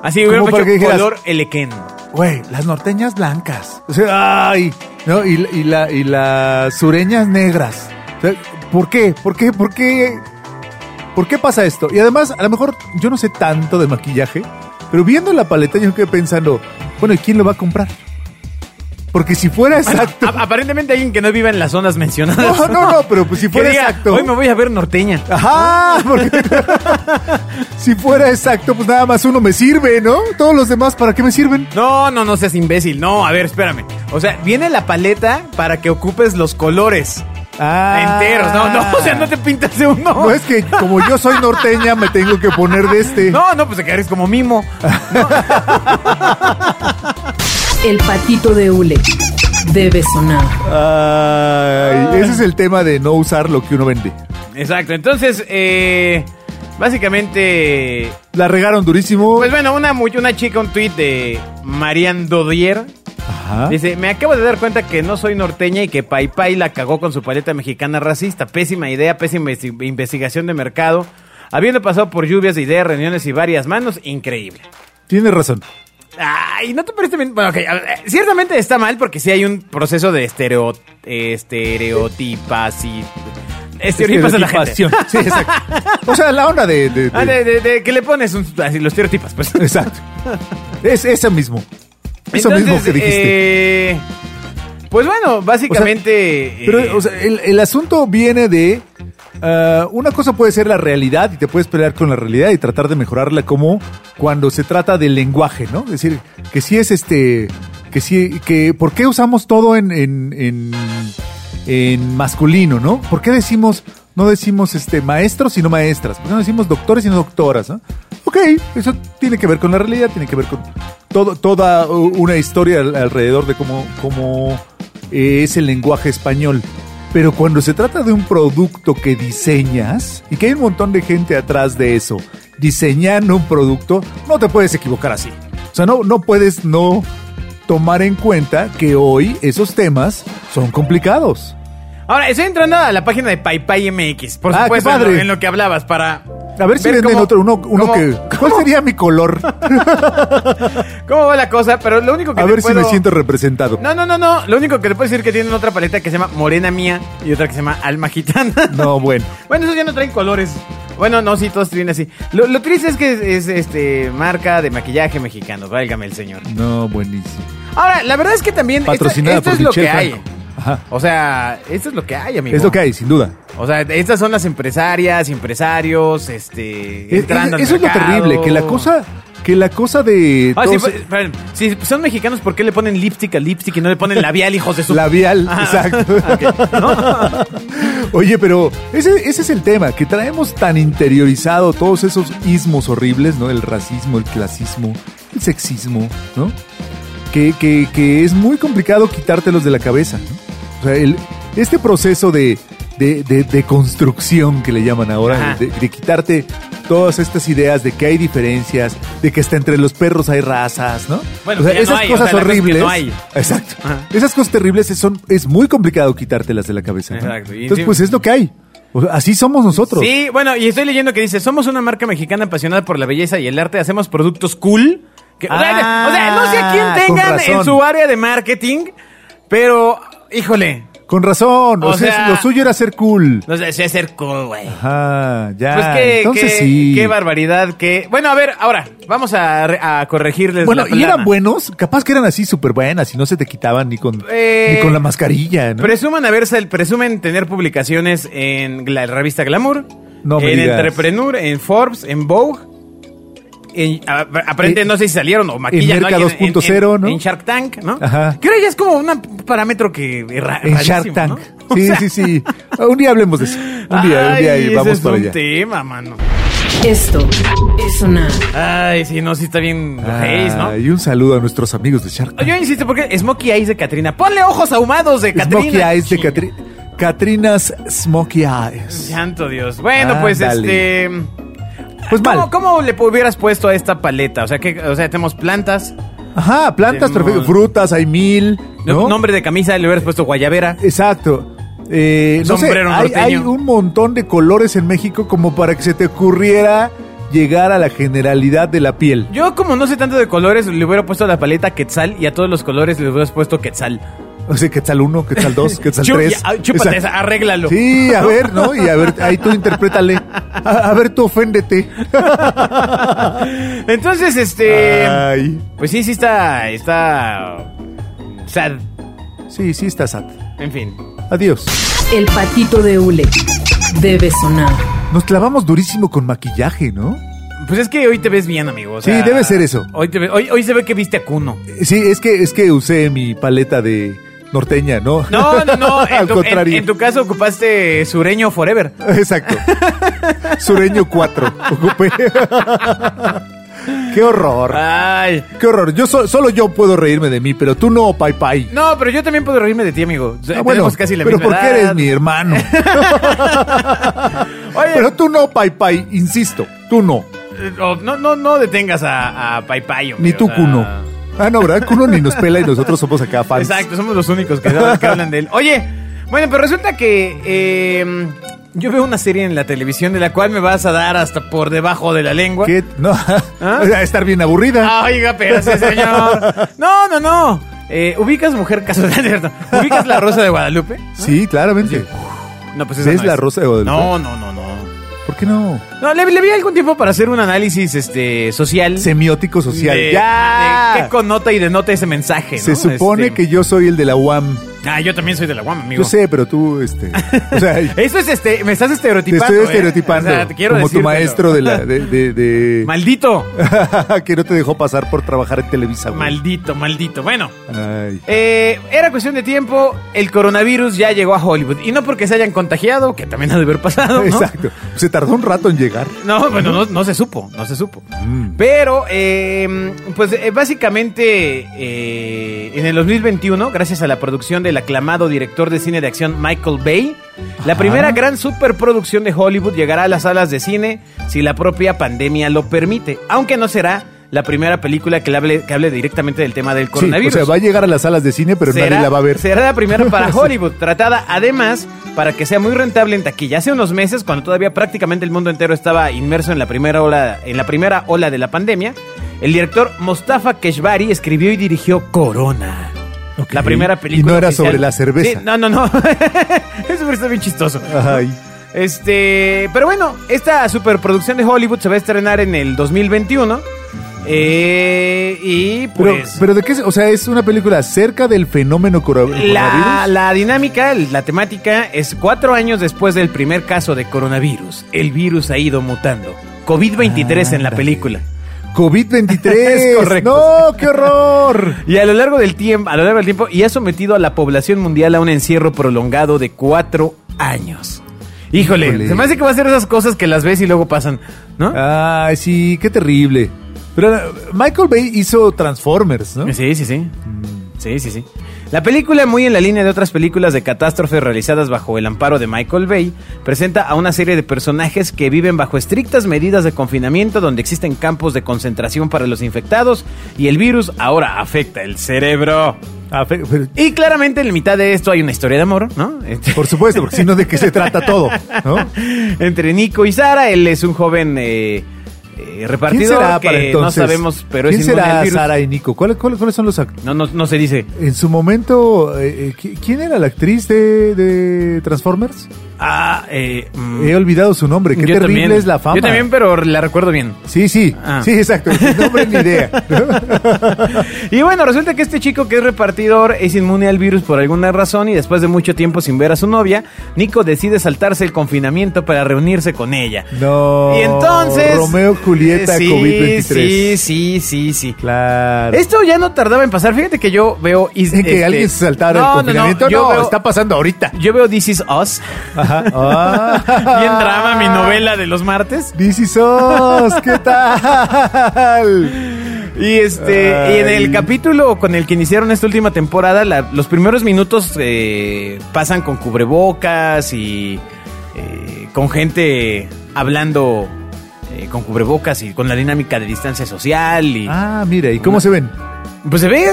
[SPEAKER 2] Así hubiera
[SPEAKER 3] Como para
[SPEAKER 2] hecho
[SPEAKER 3] que dijeras-
[SPEAKER 2] color elequén.
[SPEAKER 3] Güey, las norteñas blancas. O sea, ay, ¿no? Y, y la, y las sureñas negras. O sea, ¿Por qué? ¿Por qué? ¿Por qué? ¿Por qué pasa esto? Y además, a lo mejor yo no sé tanto de maquillaje, pero viendo la paleta yo me quedé pensando, bueno, ¿y quién lo va a comprar? Porque si fuera exacto...
[SPEAKER 2] A- aparentemente alguien que no viva en las zonas mencionadas.
[SPEAKER 3] No, no, no, pero pues si
[SPEAKER 2] Que
[SPEAKER 3] fuera
[SPEAKER 2] diga,
[SPEAKER 3] exacto...
[SPEAKER 2] Hoy me voy a ver norteña.
[SPEAKER 3] Ajá, porque Ah. si fuera exacto, pues nada más uno me sirve, ¿no? Todos los demás, ¿para qué me sirven?
[SPEAKER 2] No, no, no seas imbécil. No, a ver, espérame. O sea, viene la paleta para que ocupes los colores
[SPEAKER 3] Ah.
[SPEAKER 2] enteros. No, no, o sea, no te pintas de uno.
[SPEAKER 3] No es que como yo soy norteña me tengo que poner de este.
[SPEAKER 2] No, no, pues te quedarías como mimo.
[SPEAKER 1] El patito de hule debe sonar.
[SPEAKER 3] Ay, ese es el tema de no usar lo que uno vende.
[SPEAKER 2] Exacto, entonces, eh, básicamente,
[SPEAKER 3] La regaron durísimo.
[SPEAKER 2] pues bueno, una, mu- una chica, un tuit de Marianne Dodier.
[SPEAKER 3] Ajá.
[SPEAKER 2] Dice, me acabo de dar cuenta que no soy norteña y que Pai Pai la cagó con su paleta mexicana racista. Pésima idea, pésima investi- investigación de mercado. Habiendo pasado por lluvias de ideas, reuniones y varias manos, increíble.
[SPEAKER 3] Tienes razón.
[SPEAKER 2] Ay, no te parece bien. Bueno, ok, a ver, eh, ciertamente está mal porque sí hay un proceso de estereo, eh, estereotipas y. Estereotipas a la gente.
[SPEAKER 3] Estereotipación. Sí, exacto. O sea, la onda de. de- de-
[SPEAKER 2] Ah, de, de- de que le pones un- así, los estereotipas, pues.
[SPEAKER 3] Exacto. Es eso mismo. Eso mismo que
[SPEAKER 2] Entonces,
[SPEAKER 3] dijiste.
[SPEAKER 2] eh, pues bueno, básicamente. eh,
[SPEAKER 3] Pero, o sea, el, el asunto viene de. ah, una cosa puede ser la realidad y te puedes pelear con la realidad y tratar de mejorarla como cuando se trata del lenguaje, ¿no? Es decir, que si es este. Que si. Que, ¿Por qué usamos todo en, en, en, en masculino, ¿no? ¿Por qué decimos. No decimos este maestros, sino maestras. ¿Por qué no decimos doctores, sino doctoras, ¿no? Ok, eso tiene que ver con la realidad, tiene que ver con todo, toda uh, una historia al- alrededor de cómo, cómo eh, es el lenguaje español. Pero cuando se trata de un producto que diseñas, y que hay un montón de gente atrás de eso, diseñando un producto, no te puedes equivocar así. O sea, no, no puedes no tomar en cuenta que hoy esos temas son complicados.
[SPEAKER 2] Ahora, estoy entrando a la página de PayPay MX, por
[SPEAKER 3] Ah, qué
[SPEAKER 2] supuesto,
[SPEAKER 3] padre.
[SPEAKER 2] en lo, en lo que hablabas, para...
[SPEAKER 3] A ver si
[SPEAKER 2] ver
[SPEAKER 3] venden
[SPEAKER 2] cómo-
[SPEAKER 3] otro, uno, uno
[SPEAKER 2] cómo-
[SPEAKER 3] que... ¿Cuál sería mi color?
[SPEAKER 2] ¿Cómo va la cosa? Pero lo único que
[SPEAKER 3] A
[SPEAKER 2] te
[SPEAKER 3] ver si
[SPEAKER 2] puedo-
[SPEAKER 3] me siento representado.
[SPEAKER 2] No, no, no, no. Lo único que te puedo decir es que tienen otra paleta que se llama Morena Mía y otra que se llama Alma Gitana.
[SPEAKER 3] No, bueno.
[SPEAKER 2] Bueno, esos ya no traen colores. Bueno, no, sí, todos tienen así. Lo, lo triste es que es, es, este marca de maquillaje mexicano, válgame el señor.
[SPEAKER 3] No, buenísimo.
[SPEAKER 2] Ahora, la verdad es que también esto,
[SPEAKER 3] Patrocinada
[SPEAKER 2] esto
[SPEAKER 3] por
[SPEAKER 2] es lo que
[SPEAKER 3] Michelle
[SPEAKER 2] hay.
[SPEAKER 3] Franco. Ajá.
[SPEAKER 2] O sea, esto es lo que hay, amigo.
[SPEAKER 3] Es lo que hay, sin duda.
[SPEAKER 2] O sea, estas son las empresarias, empresarios, este.
[SPEAKER 3] Es-
[SPEAKER 2] entrando al
[SPEAKER 3] eso es lo
[SPEAKER 2] mercado.
[SPEAKER 3] terrible, que la cosa, que la cosa de
[SPEAKER 2] Ah, sí,
[SPEAKER 3] todos-
[SPEAKER 2] pues, esperen, si son mexicanos, ¿por qué le ponen lipstick a lipstick y no le ponen labial, hijos de su.
[SPEAKER 3] labial,
[SPEAKER 2] Ah,
[SPEAKER 3] exacto.
[SPEAKER 2] ok, ¿no?
[SPEAKER 3] Oye, pero ese, ese es el tema, que traemos tan interiorizado todos esos ismos horribles, ¿no? El racismo, el clasismo, el sexismo, ¿no? Que, que- que es muy complicado quitártelos de la cabeza, ¿no? O sea, el- este proceso de, de, de- de construcción que le llaman ahora,
[SPEAKER 2] Ajá.
[SPEAKER 3] de, de quitarte todas estas ideas de que hay diferencias, de que hasta entre los perros hay razas, ¿no?
[SPEAKER 2] Bueno, que ya no hay, o sea, la cosa es que no hay.
[SPEAKER 3] Exacto.
[SPEAKER 2] Ajá.
[SPEAKER 3] Esas cosas terribles son, es muy complicado quitártelas de la cabeza. ¿no?
[SPEAKER 2] Exacto, y
[SPEAKER 3] Entonces,
[SPEAKER 2] sí-
[SPEAKER 3] pues es lo que hay. O sea, así somos nosotros.
[SPEAKER 2] Sí, bueno, y estoy leyendo que dice, somos una marca mexicana apasionada por la belleza y el arte, hacemos productos cool. Que- o, sea,
[SPEAKER 3] Ah,
[SPEAKER 2] o sea, no sé a quién
[SPEAKER 3] con
[SPEAKER 2] tengan
[SPEAKER 3] razón.
[SPEAKER 2] en su área de marketing, pero, híjole,
[SPEAKER 3] Con razón. O,
[SPEAKER 2] O
[SPEAKER 3] sea,
[SPEAKER 2] sea-
[SPEAKER 3] lo suyo era ser cool.
[SPEAKER 2] no sé, sé hacer cool, güey.
[SPEAKER 3] Ajá, ya.
[SPEAKER 2] Pues qué,
[SPEAKER 3] Ah, Entonces
[SPEAKER 2] qué-
[SPEAKER 3] sí.
[SPEAKER 2] qué barbaridad, que... Bueno, a ver, ahora, vamos a, re- a corregirles
[SPEAKER 3] bueno,
[SPEAKER 2] la
[SPEAKER 3] y eran
[SPEAKER 2] plana.
[SPEAKER 3] buenos, capaz que eran así súper buenas y no se te quitaban ni con,
[SPEAKER 2] Eh,
[SPEAKER 3] ni con la mascarilla, ¿no?
[SPEAKER 2] Presuman haberse, presumen tener publicaciones en la revista Glamour,
[SPEAKER 3] No me
[SPEAKER 2] en
[SPEAKER 3] digas.
[SPEAKER 2] Entrepreneur, en Forbes, en Vogue. En, a- aparente,
[SPEAKER 3] Eh,
[SPEAKER 2] no sé si salieron o maquillan
[SPEAKER 3] Merca
[SPEAKER 2] ¿no? Y
[SPEAKER 3] 2.0
[SPEAKER 2] en-
[SPEAKER 3] ¿no?
[SPEAKER 2] en Shark Tank, ¿no?
[SPEAKER 3] Ajá.
[SPEAKER 2] Que ahora ya es como un parámetro que es ra-
[SPEAKER 3] en
[SPEAKER 2] rarísimo,
[SPEAKER 3] Shark Tank.
[SPEAKER 2] ¿no?
[SPEAKER 3] Sí,
[SPEAKER 2] O sea,
[SPEAKER 3] sí, sí. Un día hablemos de eso. Un día, un día
[SPEAKER 2] ay,
[SPEAKER 3] y
[SPEAKER 2] ese
[SPEAKER 3] vamos
[SPEAKER 2] es
[SPEAKER 3] para
[SPEAKER 2] un
[SPEAKER 3] allá.
[SPEAKER 2] tema, mano.
[SPEAKER 1] Esto es sonar.
[SPEAKER 2] Ay, sí, no, sí está bien gays,
[SPEAKER 3] Ah,
[SPEAKER 2] ¿no?
[SPEAKER 3] Y un saludo a nuestros amigos de Shark Tank.
[SPEAKER 2] Yo insisto, porque Smokey Eyes de Katrina. Ponle ojos ahumados de Katrina.
[SPEAKER 3] Smokey Eyes de
[SPEAKER 2] Chinga.
[SPEAKER 3] Catri Catrinas Smokey Eyes.
[SPEAKER 2] Santo Dios. Bueno, pues
[SPEAKER 3] Ándale.
[SPEAKER 2] este.
[SPEAKER 3] Pues
[SPEAKER 2] ¿cómo,
[SPEAKER 3] mal.
[SPEAKER 2] ¿Cómo le hubieras puesto a esta paleta? O sea, que, o sea tenemos plantas,
[SPEAKER 3] Ajá, plantas,
[SPEAKER 2] Tenemos-
[SPEAKER 3] perfecto. Frutas, hay mil. ¿no?
[SPEAKER 2] nombre de camisa, le hubieras puesto guayabera.
[SPEAKER 3] Exacto. Eh, no sé,
[SPEAKER 2] Sombrero
[SPEAKER 3] hay,
[SPEAKER 2] norteño.
[SPEAKER 3] hay un montón de colores en México como para que se te ocurriera llegar a la generalidad de la piel.
[SPEAKER 2] Yo, como no sé tanto de colores, le hubiera puesto la paleta Quetzal y a todos los colores le hubieras puesto Quetzal.
[SPEAKER 3] O sea, Quetzal 1, Quetzal 2, Quetzal
[SPEAKER 2] Chu-
[SPEAKER 3] 3.
[SPEAKER 2] ya, ah, chúpate esa, arréglalo.
[SPEAKER 3] Sí, a ver, ¿no? Y a ver, ahí tú interprétale. A, a ver, tú oféndete.
[SPEAKER 2] Entonces, este.
[SPEAKER 3] Ay.
[SPEAKER 2] Pues sí, sí está. Está. Sad.
[SPEAKER 3] Sí, sí, estás sad.
[SPEAKER 2] En fin.
[SPEAKER 3] Adiós.
[SPEAKER 1] El patito de hule debe sonar.
[SPEAKER 3] Nos clavamos durísimo con maquillaje, ¿no?
[SPEAKER 2] Pues es que hoy te ves bien, amigo. o
[SPEAKER 3] Sí,
[SPEAKER 2] sea,
[SPEAKER 3] debe ser eso.
[SPEAKER 2] Hoy, te ve- hoy, hoy se ve que viste a Kuno.
[SPEAKER 3] Sí, es que, es que usé mi paleta de norteña, ¿no?
[SPEAKER 2] No, no, no. En
[SPEAKER 3] Al
[SPEAKER 2] tu, en-
[SPEAKER 3] contrario.
[SPEAKER 2] en tu caso ocupaste sureño forever.
[SPEAKER 3] Exacto. Sureño 4. Ocupé. Qué horror.
[SPEAKER 2] Ay.
[SPEAKER 3] Qué horror. Yo so- solo yo puedo reírme de mí, pero tú no, Pai Pai.
[SPEAKER 2] No, pero yo también puedo reírme de ti, amigo.
[SPEAKER 3] Ah,
[SPEAKER 2] Tenemos
[SPEAKER 3] bueno,
[SPEAKER 2] casi la
[SPEAKER 3] pero
[SPEAKER 2] misma
[SPEAKER 3] porque
[SPEAKER 2] edad.
[SPEAKER 3] eres mi hermano.
[SPEAKER 2] Oye,
[SPEAKER 3] pero tú no, Pai Pai, insisto, tú no.
[SPEAKER 2] eh, no, no, no, no detengas a, a Pai Pai, hombre,
[SPEAKER 3] Ni tú,
[SPEAKER 2] o sea,
[SPEAKER 3] Cuno. Ah, no, ¿verdad? Cuno ni nos pela y nosotros somos acá fans.
[SPEAKER 2] Exacto, somos los únicos que, que hablan de él. Oye, bueno, pero resulta que eh, yo veo una serie en la televisión de la cual me vas a dar hasta por debajo de la lengua.
[SPEAKER 3] ¿Qué? No.
[SPEAKER 2] ¿Ah?
[SPEAKER 3] Estar bien aburrida.
[SPEAKER 2] Ah, Oiga, pero sí, señor. No, no, no. Eh, ¿Ubicas Mujer Casual? ¿cierto? ¿Ubicas La Rosa de Guadalupe?
[SPEAKER 3] Sí, claramente.
[SPEAKER 2] No, pues
[SPEAKER 3] ¿Ves La Rosa de Guadalupe?
[SPEAKER 2] No, no, no, no.
[SPEAKER 3] ¿Por qué no?
[SPEAKER 2] No, le, le vi algún tiempo para hacer un análisis este, social.
[SPEAKER 3] Semiótico social.
[SPEAKER 2] de-
[SPEAKER 3] ya.
[SPEAKER 2] de ¿Qué connota y denota ese mensaje?
[SPEAKER 3] Se
[SPEAKER 2] ¿no?
[SPEAKER 3] supone
[SPEAKER 2] Este-
[SPEAKER 3] que yo soy el de la UAM.
[SPEAKER 2] Ah, yo también soy de la UAM, amigo.
[SPEAKER 3] Yo sé, pero tú, este. O sea, te
[SPEAKER 2] Eso es este, me estás estereotipando.
[SPEAKER 3] estoy
[SPEAKER 2] ¿eh?
[SPEAKER 3] estereotipando.
[SPEAKER 2] O sea, te quiero
[SPEAKER 3] como tu
[SPEAKER 2] decírtelo.
[SPEAKER 3] maestro de la. De, de- de- Ah,
[SPEAKER 2] Maldito,
[SPEAKER 3] que no te dejó pasar por trabajar en Televisa, güey.
[SPEAKER 2] maldito, maldito. Bueno,
[SPEAKER 3] Ay.
[SPEAKER 2] eh, era cuestión de tiempo. El coronavirus ya llegó a Hollywood. Y no porque se hayan contagiado, que también ha de haber pasado. ¿no?
[SPEAKER 3] Exacto. Se tardó un rato en llegar.
[SPEAKER 2] No, bueno, no, no se supo, no se supo.
[SPEAKER 3] Mm.
[SPEAKER 2] Pero, eh, pues eh, básicamente, eh, en el 2021, gracias a la producción del aclamado director de cine de acción Michael Bay, la
[SPEAKER 3] Ajá.
[SPEAKER 2] primera gran superproducción de Hollywood llegará a las salas de cine si la propia pandemia lo permite. Aunque no será la primera película que le hable, que hable directamente del tema del
[SPEAKER 3] Sí, o
[SPEAKER 2] coronavirus.
[SPEAKER 3] sea, va a llegar a las salas de cine, pero nadie la va a ver.
[SPEAKER 2] Será la primera para Hollywood, tratada además para que sea muy rentable en taquilla. Hace unos meses, cuando todavía prácticamente el mundo entero estaba inmerso en la primera ola, en la primera ola de la pandemia, el director Mostafa Keshvari escribió y dirigió Corona.
[SPEAKER 3] Ok.
[SPEAKER 2] La primera película.
[SPEAKER 3] Y no era
[SPEAKER 2] oficial.
[SPEAKER 3] sobre la cerveza.
[SPEAKER 2] Sí, no, no, no. Eso está bien chistoso.
[SPEAKER 3] Ay.
[SPEAKER 2] Este, pero bueno, esta superproducción de Hollywood se va a estrenar en el 2021. Eh, y
[SPEAKER 3] Pero,
[SPEAKER 2] pues.
[SPEAKER 3] pero de qué, se- o sea, es una película acerca del fenómeno coro- coronavirus.
[SPEAKER 2] La, la dinámica, la temática es cuatro años después del primer caso de coronavirus. El virus ha ido mutando. COVID-23 en la
[SPEAKER 3] Ah, Ándale.
[SPEAKER 2] película.
[SPEAKER 3] COVID-23.
[SPEAKER 2] Es correcto.
[SPEAKER 3] No, qué horror.
[SPEAKER 2] Y a lo largo del tiempo, a lo largo del tiempo, y ha sometido a la población mundial a un encierro prolongado de cuatro años. Híjole,
[SPEAKER 3] Híjole. Ah,
[SPEAKER 2] se me hace que va a ser esas cosas que las ves y luego pasan, ¿no?
[SPEAKER 3] Ay, sí, qué terrible. Pero eh, Michael Bay hizo Transformers, ¿no?
[SPEAKER 2] Sí, sí, sí. Sí, sí, sí. La película, muy en la línea de otras películas de catástrofes realizadas bajo el amparo de Michael Bay, presenta a una serie de personajes que viven bajo estrictas medidas de confinamiento donde existen campos de concentración para los infectados y el virus ahora afecta el cerebro.
[SPEAKER 3] Ah, fe- fe-
[SPEAKER 2] Y claramente en la mitad de esto hay una historia de amor, ¿no? Este-
[SPEAKER 3] por supuesto, porque si no, ¿de qué se trata todo? ¿no?
[SPEAKER 2] Entre Nico y Sara, él es un joven eh, eh,
[SPEAKER 3] ¿Quién
[SPEAKER 2] repartidor
[SPEAKER 3] será
[SPEAKER 2] que
[SPEAKER 3] para entonces?
[SPEAKER 2] no sabemos, pero
[SPEAKER 3] ¿Quién
[SPEAKER 2] es inmune al
[SPEAKER 3] será
[SPEAKER 2] virus.
[SPEAKER 3] Sara y Nico? ¿Cuál- cuál- ¿Cuáles son los act-
[SPEAKER 2] No, no, no se dice.
[SPEAKER 3] En su momento, eh, eh, ¿qui- ¿quién era la actriz de, de Transformers?
[SPEAKER 2] Ah, eh, mm.
[SPEAKER 3] He olvidado su nombre. Qué
[SPEAKER 2] Yo
[SPEAKER 3] terrible
[SPEAKER 2] también.
[SPEAKER 3] es la fama.
[SPEAKER 2] Yo también, pero la recuerdo bien.
[SPEAKER 3] Sí, sí.
[SPEAKER 2] Ah.
[SPEAKER 3] Sí, exacto. Su nombre ni idea.
[SPEAKER 2] Y bueno, resulta que este chico que es repartidor es inmune al virus por alguna razón y después de mucho tiempo sin ver a su novia, Nico decide saltarse el confinamiento para reunirse con ella.
[SPEAKER 3] No.
[SPEAKER 2] y entonces...
[SPEAKER 3] Oh, Romeo, Julieta,
[SPEAKER 2] Eh, sí,
[SPEAKER 3] COVID-23.
[SPEAKER 2] Sí, sí, sí, sí.
[SPEAKER 3] Claro.
[SPEAKER 2] Esto ya no tardaba en pasar. Fíjate que yo veo... is-
[SPEAKER 3] Dicen que
[SPEAKER 2] este-
[SPEAKER 3] alguien se saltara el confinamiento. No,
[SPEAKER 2] yo veo-
[SPEAKER 3] está pasando ahorita.
[SPEAKER 2] Yo veo This Is Us.
[SPEAKER 3] Ajá.
[SPEAKER 2] Bien drama, mi
[SPEAKER 3] Ah.
[SPEAKER 2] novela de los martes.
[SPEAKER 3] This is Us, ¿qué tal?
[SPEAKER 2] Y este,
[SPEAKER 3] Ay.
[SPEAKER 2] y en el capítulo con el que iniciaron esta última temporada, la- los primeros minutos eh, pasan con cubrebocas y eh, con gente hablando eh, con cubrebocas y con la dinámica de distancia social y
[SPEAKER 3] Ah, mira, ¿y cómo se ven?
[SPEAKER 2] pues se ve,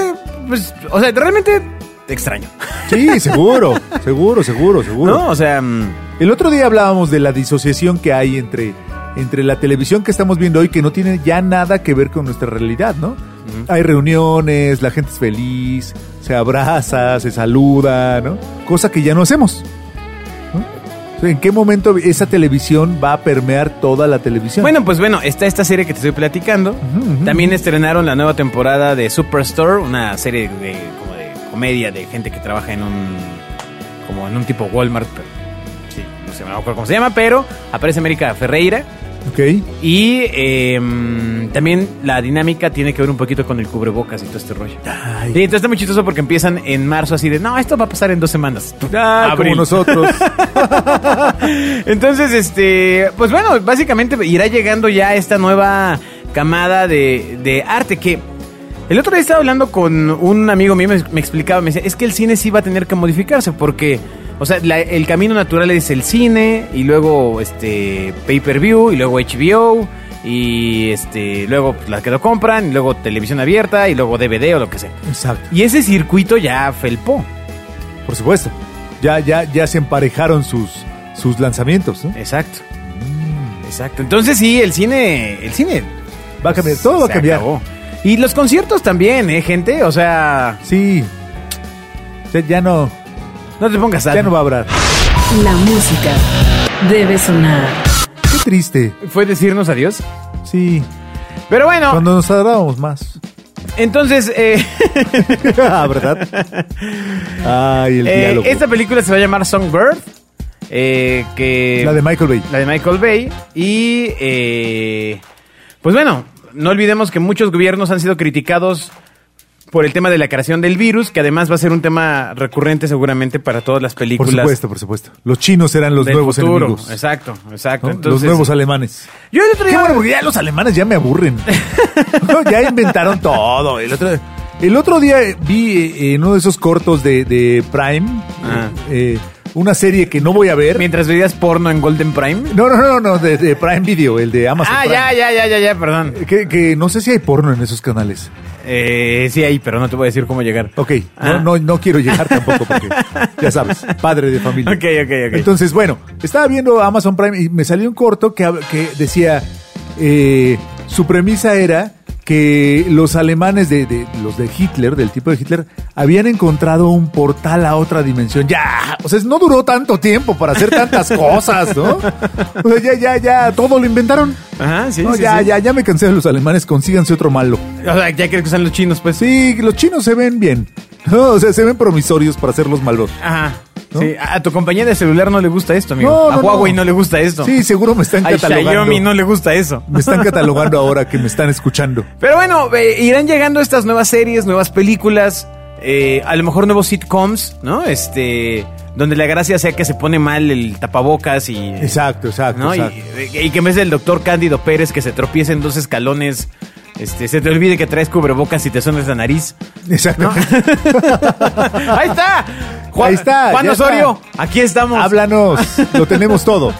[SPEAKER 2] pues, o sea, realmente extraño,
[SPEAKER 3] Sí, seguro, seguro, seguro, seguro.
[SPEAKER 2] ¿no? O sea, mm,
[SPEAKER 3] El otro día hablábamos de la disociación que hay entre, entre la televisión que estamos viendo hoy, que no tiene ya nada que ver con nuestra realidad, ¿no? Hay reuniones, la gente es feliz, se abraza, se saluda, ¿no? Cosa que ya no hacemos. ¿no? O sea, ¿En qué momento esa televisión va a permear toda la televisión?
[SPEAKER 2] bueno, pues bueno, está esta serie que te estoy platicando.
[SPEAKER 3] Ujú, ujú.
[SPEAKER 2] También estrenaron la nueva temporada de Superstore, una serie de, como de comedia de gente que trabaja en un como en un tipo Walmart, pero sí, no sé, no me acuerdo cómo se llama, pero aparece América Ferreira
[SPEAKER 3] Ok.
[SPEAKER 2] y em, también la dinámica tiene que ver un poquito con el cubrebocas y todo este rollo.
[SPEAKER 3] Ay.
[SPEAKER 2] Y entonces está muy chistoso porque empiezan en marzo así de, no, esto va a pasar en dos semanas.
[SPEAKER 3] Ah, como nosotros.
[SPEAKER 2] Entonces, este, pues bueno, básicamente irá llegando ya esta nueva camada de, de arte que... El otro día estaba hablando con un amigo mío, me, me explicaba, me decía, es que el cine sí va a tener que modificarse porque, o sea, la- el camino natural es el cine y luego este pay-per-view y luego HBO y este luego las que lo compran y luego televisión abierta y luego DVD o lo que sea.
[SPEAKER 3] Exacto.
[SPEAKER 2] Y ese circuito ya felpó.
[SPEAKER 3] Por supuesto. Ya, ya, ya se emparejaron sus, sus lanzamientos. ¿no?
[SPEAKER 2] Exacto. Exacto. Entonces sí, el cine, el cine
[SPEAKER 3] Va a cambiar, todo va a
[SPEAKER 2] se
[SPEAKER 3] cambiar.
[SPEAKER 2] acabó. Y los conciertos también, eh, gente, o sea,
[SPEAKER 3] Sí. O sea, ya no,
[SPEAKER 2] no te pongas sad.
[SPEAKER 3] ya no va a hablar.
[SPEAKER 1] La música debe sonar.
[SPEAKER 3] Qué triste.
[SPEAKER 2] Fue decirnos adiós.
[SPEAKER 3] Sí.
[SPEAKER 2] Pero bueno,
[SPEAKER 3] Cuando nos adorábamos más.
[SPEAKER 2] entonces eh,
[SPEAKER 3] Ah, ¿verdad? Ay, el
[SPEAKER 2] eh,
[SPEAKER 3] diálogo.
[SPEAKER 2] esta película se va a llamar Songbird, eh, que
[SPEAKER 3] La de Michael Bay.
[SPEAKER 2] la de Michael Bay y eh, pues bueno, no olvidemos que muchos gobiernos han sido criticados por el tema de la creación del virus, que además va a ser un tema recurrente seguramente para todas las
[SPEAKER 3] Por
[SPEAKER 2] películas.
[SPEAKER 3] supuesto, por supuesto. Los chinos eran los
[SPEAKER 2] del
[SPEAKER 3] nuevos
[SPEAKER 2] futuro.
[SPEAKER 3] enemigos.
[SPEAKER 2] Exacto, exacto.
[SPEAKER 3] ¿no?
[SPEAKER 2] Entonces,
[SPEAKER 3] los nuevos alemanes.
[SPEAKER 2] Yo el otro
[SPEAKER 3] Qué
[SPEAKER 2] día-
[SPEAKER 3] bueno, porque ya los alemanes ya me aburren. No, ya inventaron todo. El otro, el otro día vi eh, en uno de esos cortos de, de Prime
[SPEAKER 2] Ah.
[SPEAKER 3] eh, una serie que no voy a ver.
[SPEAKER 2] mientras veías porno en Golden Prime.
[SPEAKER 3] No, no, no, no, de, de Prime Video, el de Amazon.
[SPEAKER 2] ah,
[SPEAKER 3] Prime.
[SPEAKER 2] ya, ya, ya, ya, ya, perdón.
[SPEAKER 3] Que, que no sé si hay porno en esos canales.
[SPEAKER 2] Eh, sí, ahí, pero no te voy a decir cómo llegar.
[SPEAKER 3] Ok,
[SPEAKER 2] Ah.
[SPEAKER 3] no, no, no quiero llegar tampoco porque ya sabes, padre de familia.
[SPEAKER 2] Ok, ok, ok.
[SPEAKER 3] Entonces, bueno, estaba viendo Amazon Prime y me salió un corto que, hab- que decía, eh, su premisa era que los alemanes de, de- los de Hitler, del tipo de Hitler, habían encontrado un portal a otra dimensión. Ya, o sea, no duró tanto tiempo para hacer tantas cosas, ¿no? O sea, ya, ya, ya, todo lo inventaron.
[SPEAKER 2] Ajá, sí,
[SPEAKER 3] No,
[SPEAKER 2] sí,
[SPEAKER 3] ya,
[SPEAKER 2] sí.
[SPEAKER 3] ya, ya me cansé de los alemanes, consíganse otro malo.
[SPEAKER 2] O sea, ya crees que son los chinos, pues.
[SPEAKER 3] Sí, los chinos se ven bien. No, o sea, se ven promisorios para ser los malos.
[SPEAKER 2] Ajá.
[SPEAKER 3] ¿No?
[SPEAKER 2] Sí, a a tu compañía de celular no le gusta esto, amigo.
[SPEAKER 3] No,
[SPEAKER 2] a
[SPEAKER 3] no,
[SPEAKER 2] Huawei no.
[SPEAKER 3] no
[SPEAKER 2] le gusta esto.
[SPEAKER 3] Sí, seguro me están
[SPEAKER 2] a
[SPEAKER 3] catalogando.
[SPEAKER 2] Xiaomi no le gusta eso.
[SPEAKER 3] Me están catalogando ahora que me están escuchando.
[SPEAKER 2] Pero bueno, eh, irán llegando estas nuevas series, nuevas películas, eh, a lo mejor nuevos sitcoms, ¿no? Este, donde la gracia sea que se pone mal el tapabocas y...
[SPEAKER 3] Exacto, exacto,
[SPEAKER 2] ¿no? Y,
[SPEAKER 3] exacto.
[SPEAKER 2] y que en vez del doctor Cándido Pérez que se tropiece en dos escalones, este, se te olvide que traes cubrebocas y te suenas la nariz. ¿no?
[SPEAKER 3] Exactamente.
[SPEAKER 2] Ahí está.
[SPEAKER 3] Ahí está,
[SPEAKER 2] Juan
[SPEAKER 3] ya está.
[SPEAKER 2] Osorio, aquí estamos.
[SPEAKER 3] Háblanos, lo tenemos todo.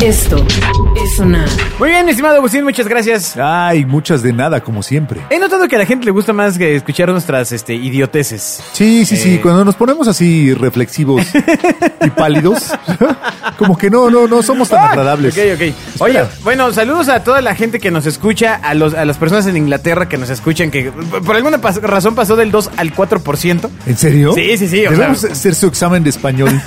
[SPEAKER 1] Esto es sonar.
[SPEAKER 2] Muy bien, mi estimado Agustín, muchas gracias.
[SPEAKER 3] Ay, muchas de nada, como siempre.
[SPEAKER 2] He notado que a la gente le gusta más que escuchar nuestras este, idioteces.
[SPEAKER 3] Sí, sí, sí,
[SPEAKER 2] Eh.
[SPEAKER 3] cuando nos ponemos así reflexivos y pálidos, como que no, no, no somos tan agradables.
[SPEAKER 2] Ah, Ok, ok. Oye,
[SPEAKER 3] Espera.
[SPEAKER 2] bueno, saludos a toda la gente que nos escucha, a, los, a las personas en Inglaterra que nos escuchan, que por alguna pas- razón pasó del 2 al 4%.
[SPEAKER 3] ¿En serio?
[SPEAKER 2] Sí, sí, sí, o
[SPEAKER 3] Debemos
[SPEAKER 2] sea-
[SPEAKER 3] hacer su examen de español.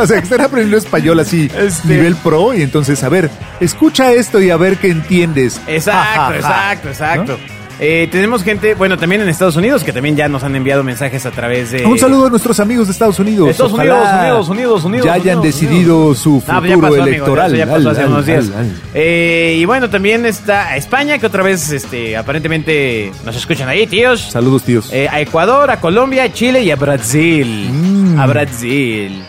[SPEAKER 3] o sea, que están aprendiendo español así,
[SPEAKER 2] Este-
[SPEAKER 3] nivel pro, y entonces, a ver, escucha esto y a ver qué entiendes.
[SPEAKER 2] Eh,
[SPEAKER 3] Ja, ja,
[SPEAKER 2] Exacto,
[SPEAKER 3] ja.
[SPEAKER 2] exacto, exacto. Eh, tenemos gente, bueno, también en Estados Unidos, que también ya nos han enviado mensajes a través de...
[SPEAKER 3] ¿No? Un saludo a nuestros amigos de Estados Unidos.
[SPEAKER 2] Estados Unidos,
[SPEAKER 3] Ojalá
[SPEAKER 2] Unidos, Unidos, Unidos.
[SPEAKER 3] Ya hayan
[SPEAKER 2] Unidos,
[SPEAKER 3] decidido
[SPEAKER 2] Unidos.
[SPEAKER 3] su
[SPEAKER 2] Ah,
[SPEAKER 3] futuro
[SPEAKER 2] pues ya pasó, amigo,
[SPEAKER 3] electoral.
[SPEAKER 2] eso ya pasó hace
[SPEAKER 3] Al,
[SPEAKER 2] unos
[SPEAKER 3] al,
[SPEAKER 2] días.
[SPEAKER 3] al, al.
[SPEAKER 2] Eh, y bueno, también está España, que otra vez este, aparentemente nos escuchan ahí, tíos.
[SPEAKER 3] Saludos, tíos.
[SPEAKER 2] Eh, a Ecuador, a Colombia, a Chile y a Brasil.
[SPEAKER 3] Mm.
[SPEAKER 2] A Brasil.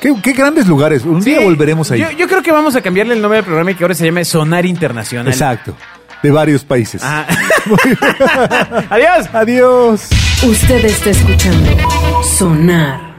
[SPEAKER 3] Qué, qué grandes lugares. Un día
[SPEAKER 2] Sí,
[SPEAKER 3] volveremos ahí.
[SPEAKER 2] Yo, yo creo que vamos a cambiarle el nombre del programa y que ahora se llame Sonar Internacional.
[SPEAKER 3] Exacto. De varios países.
[SPEAKER 2] Ajá. Adiós.
[SPEAKER 3] Adiós.
[SPEAKER 1] Usted está escuchando Sonar.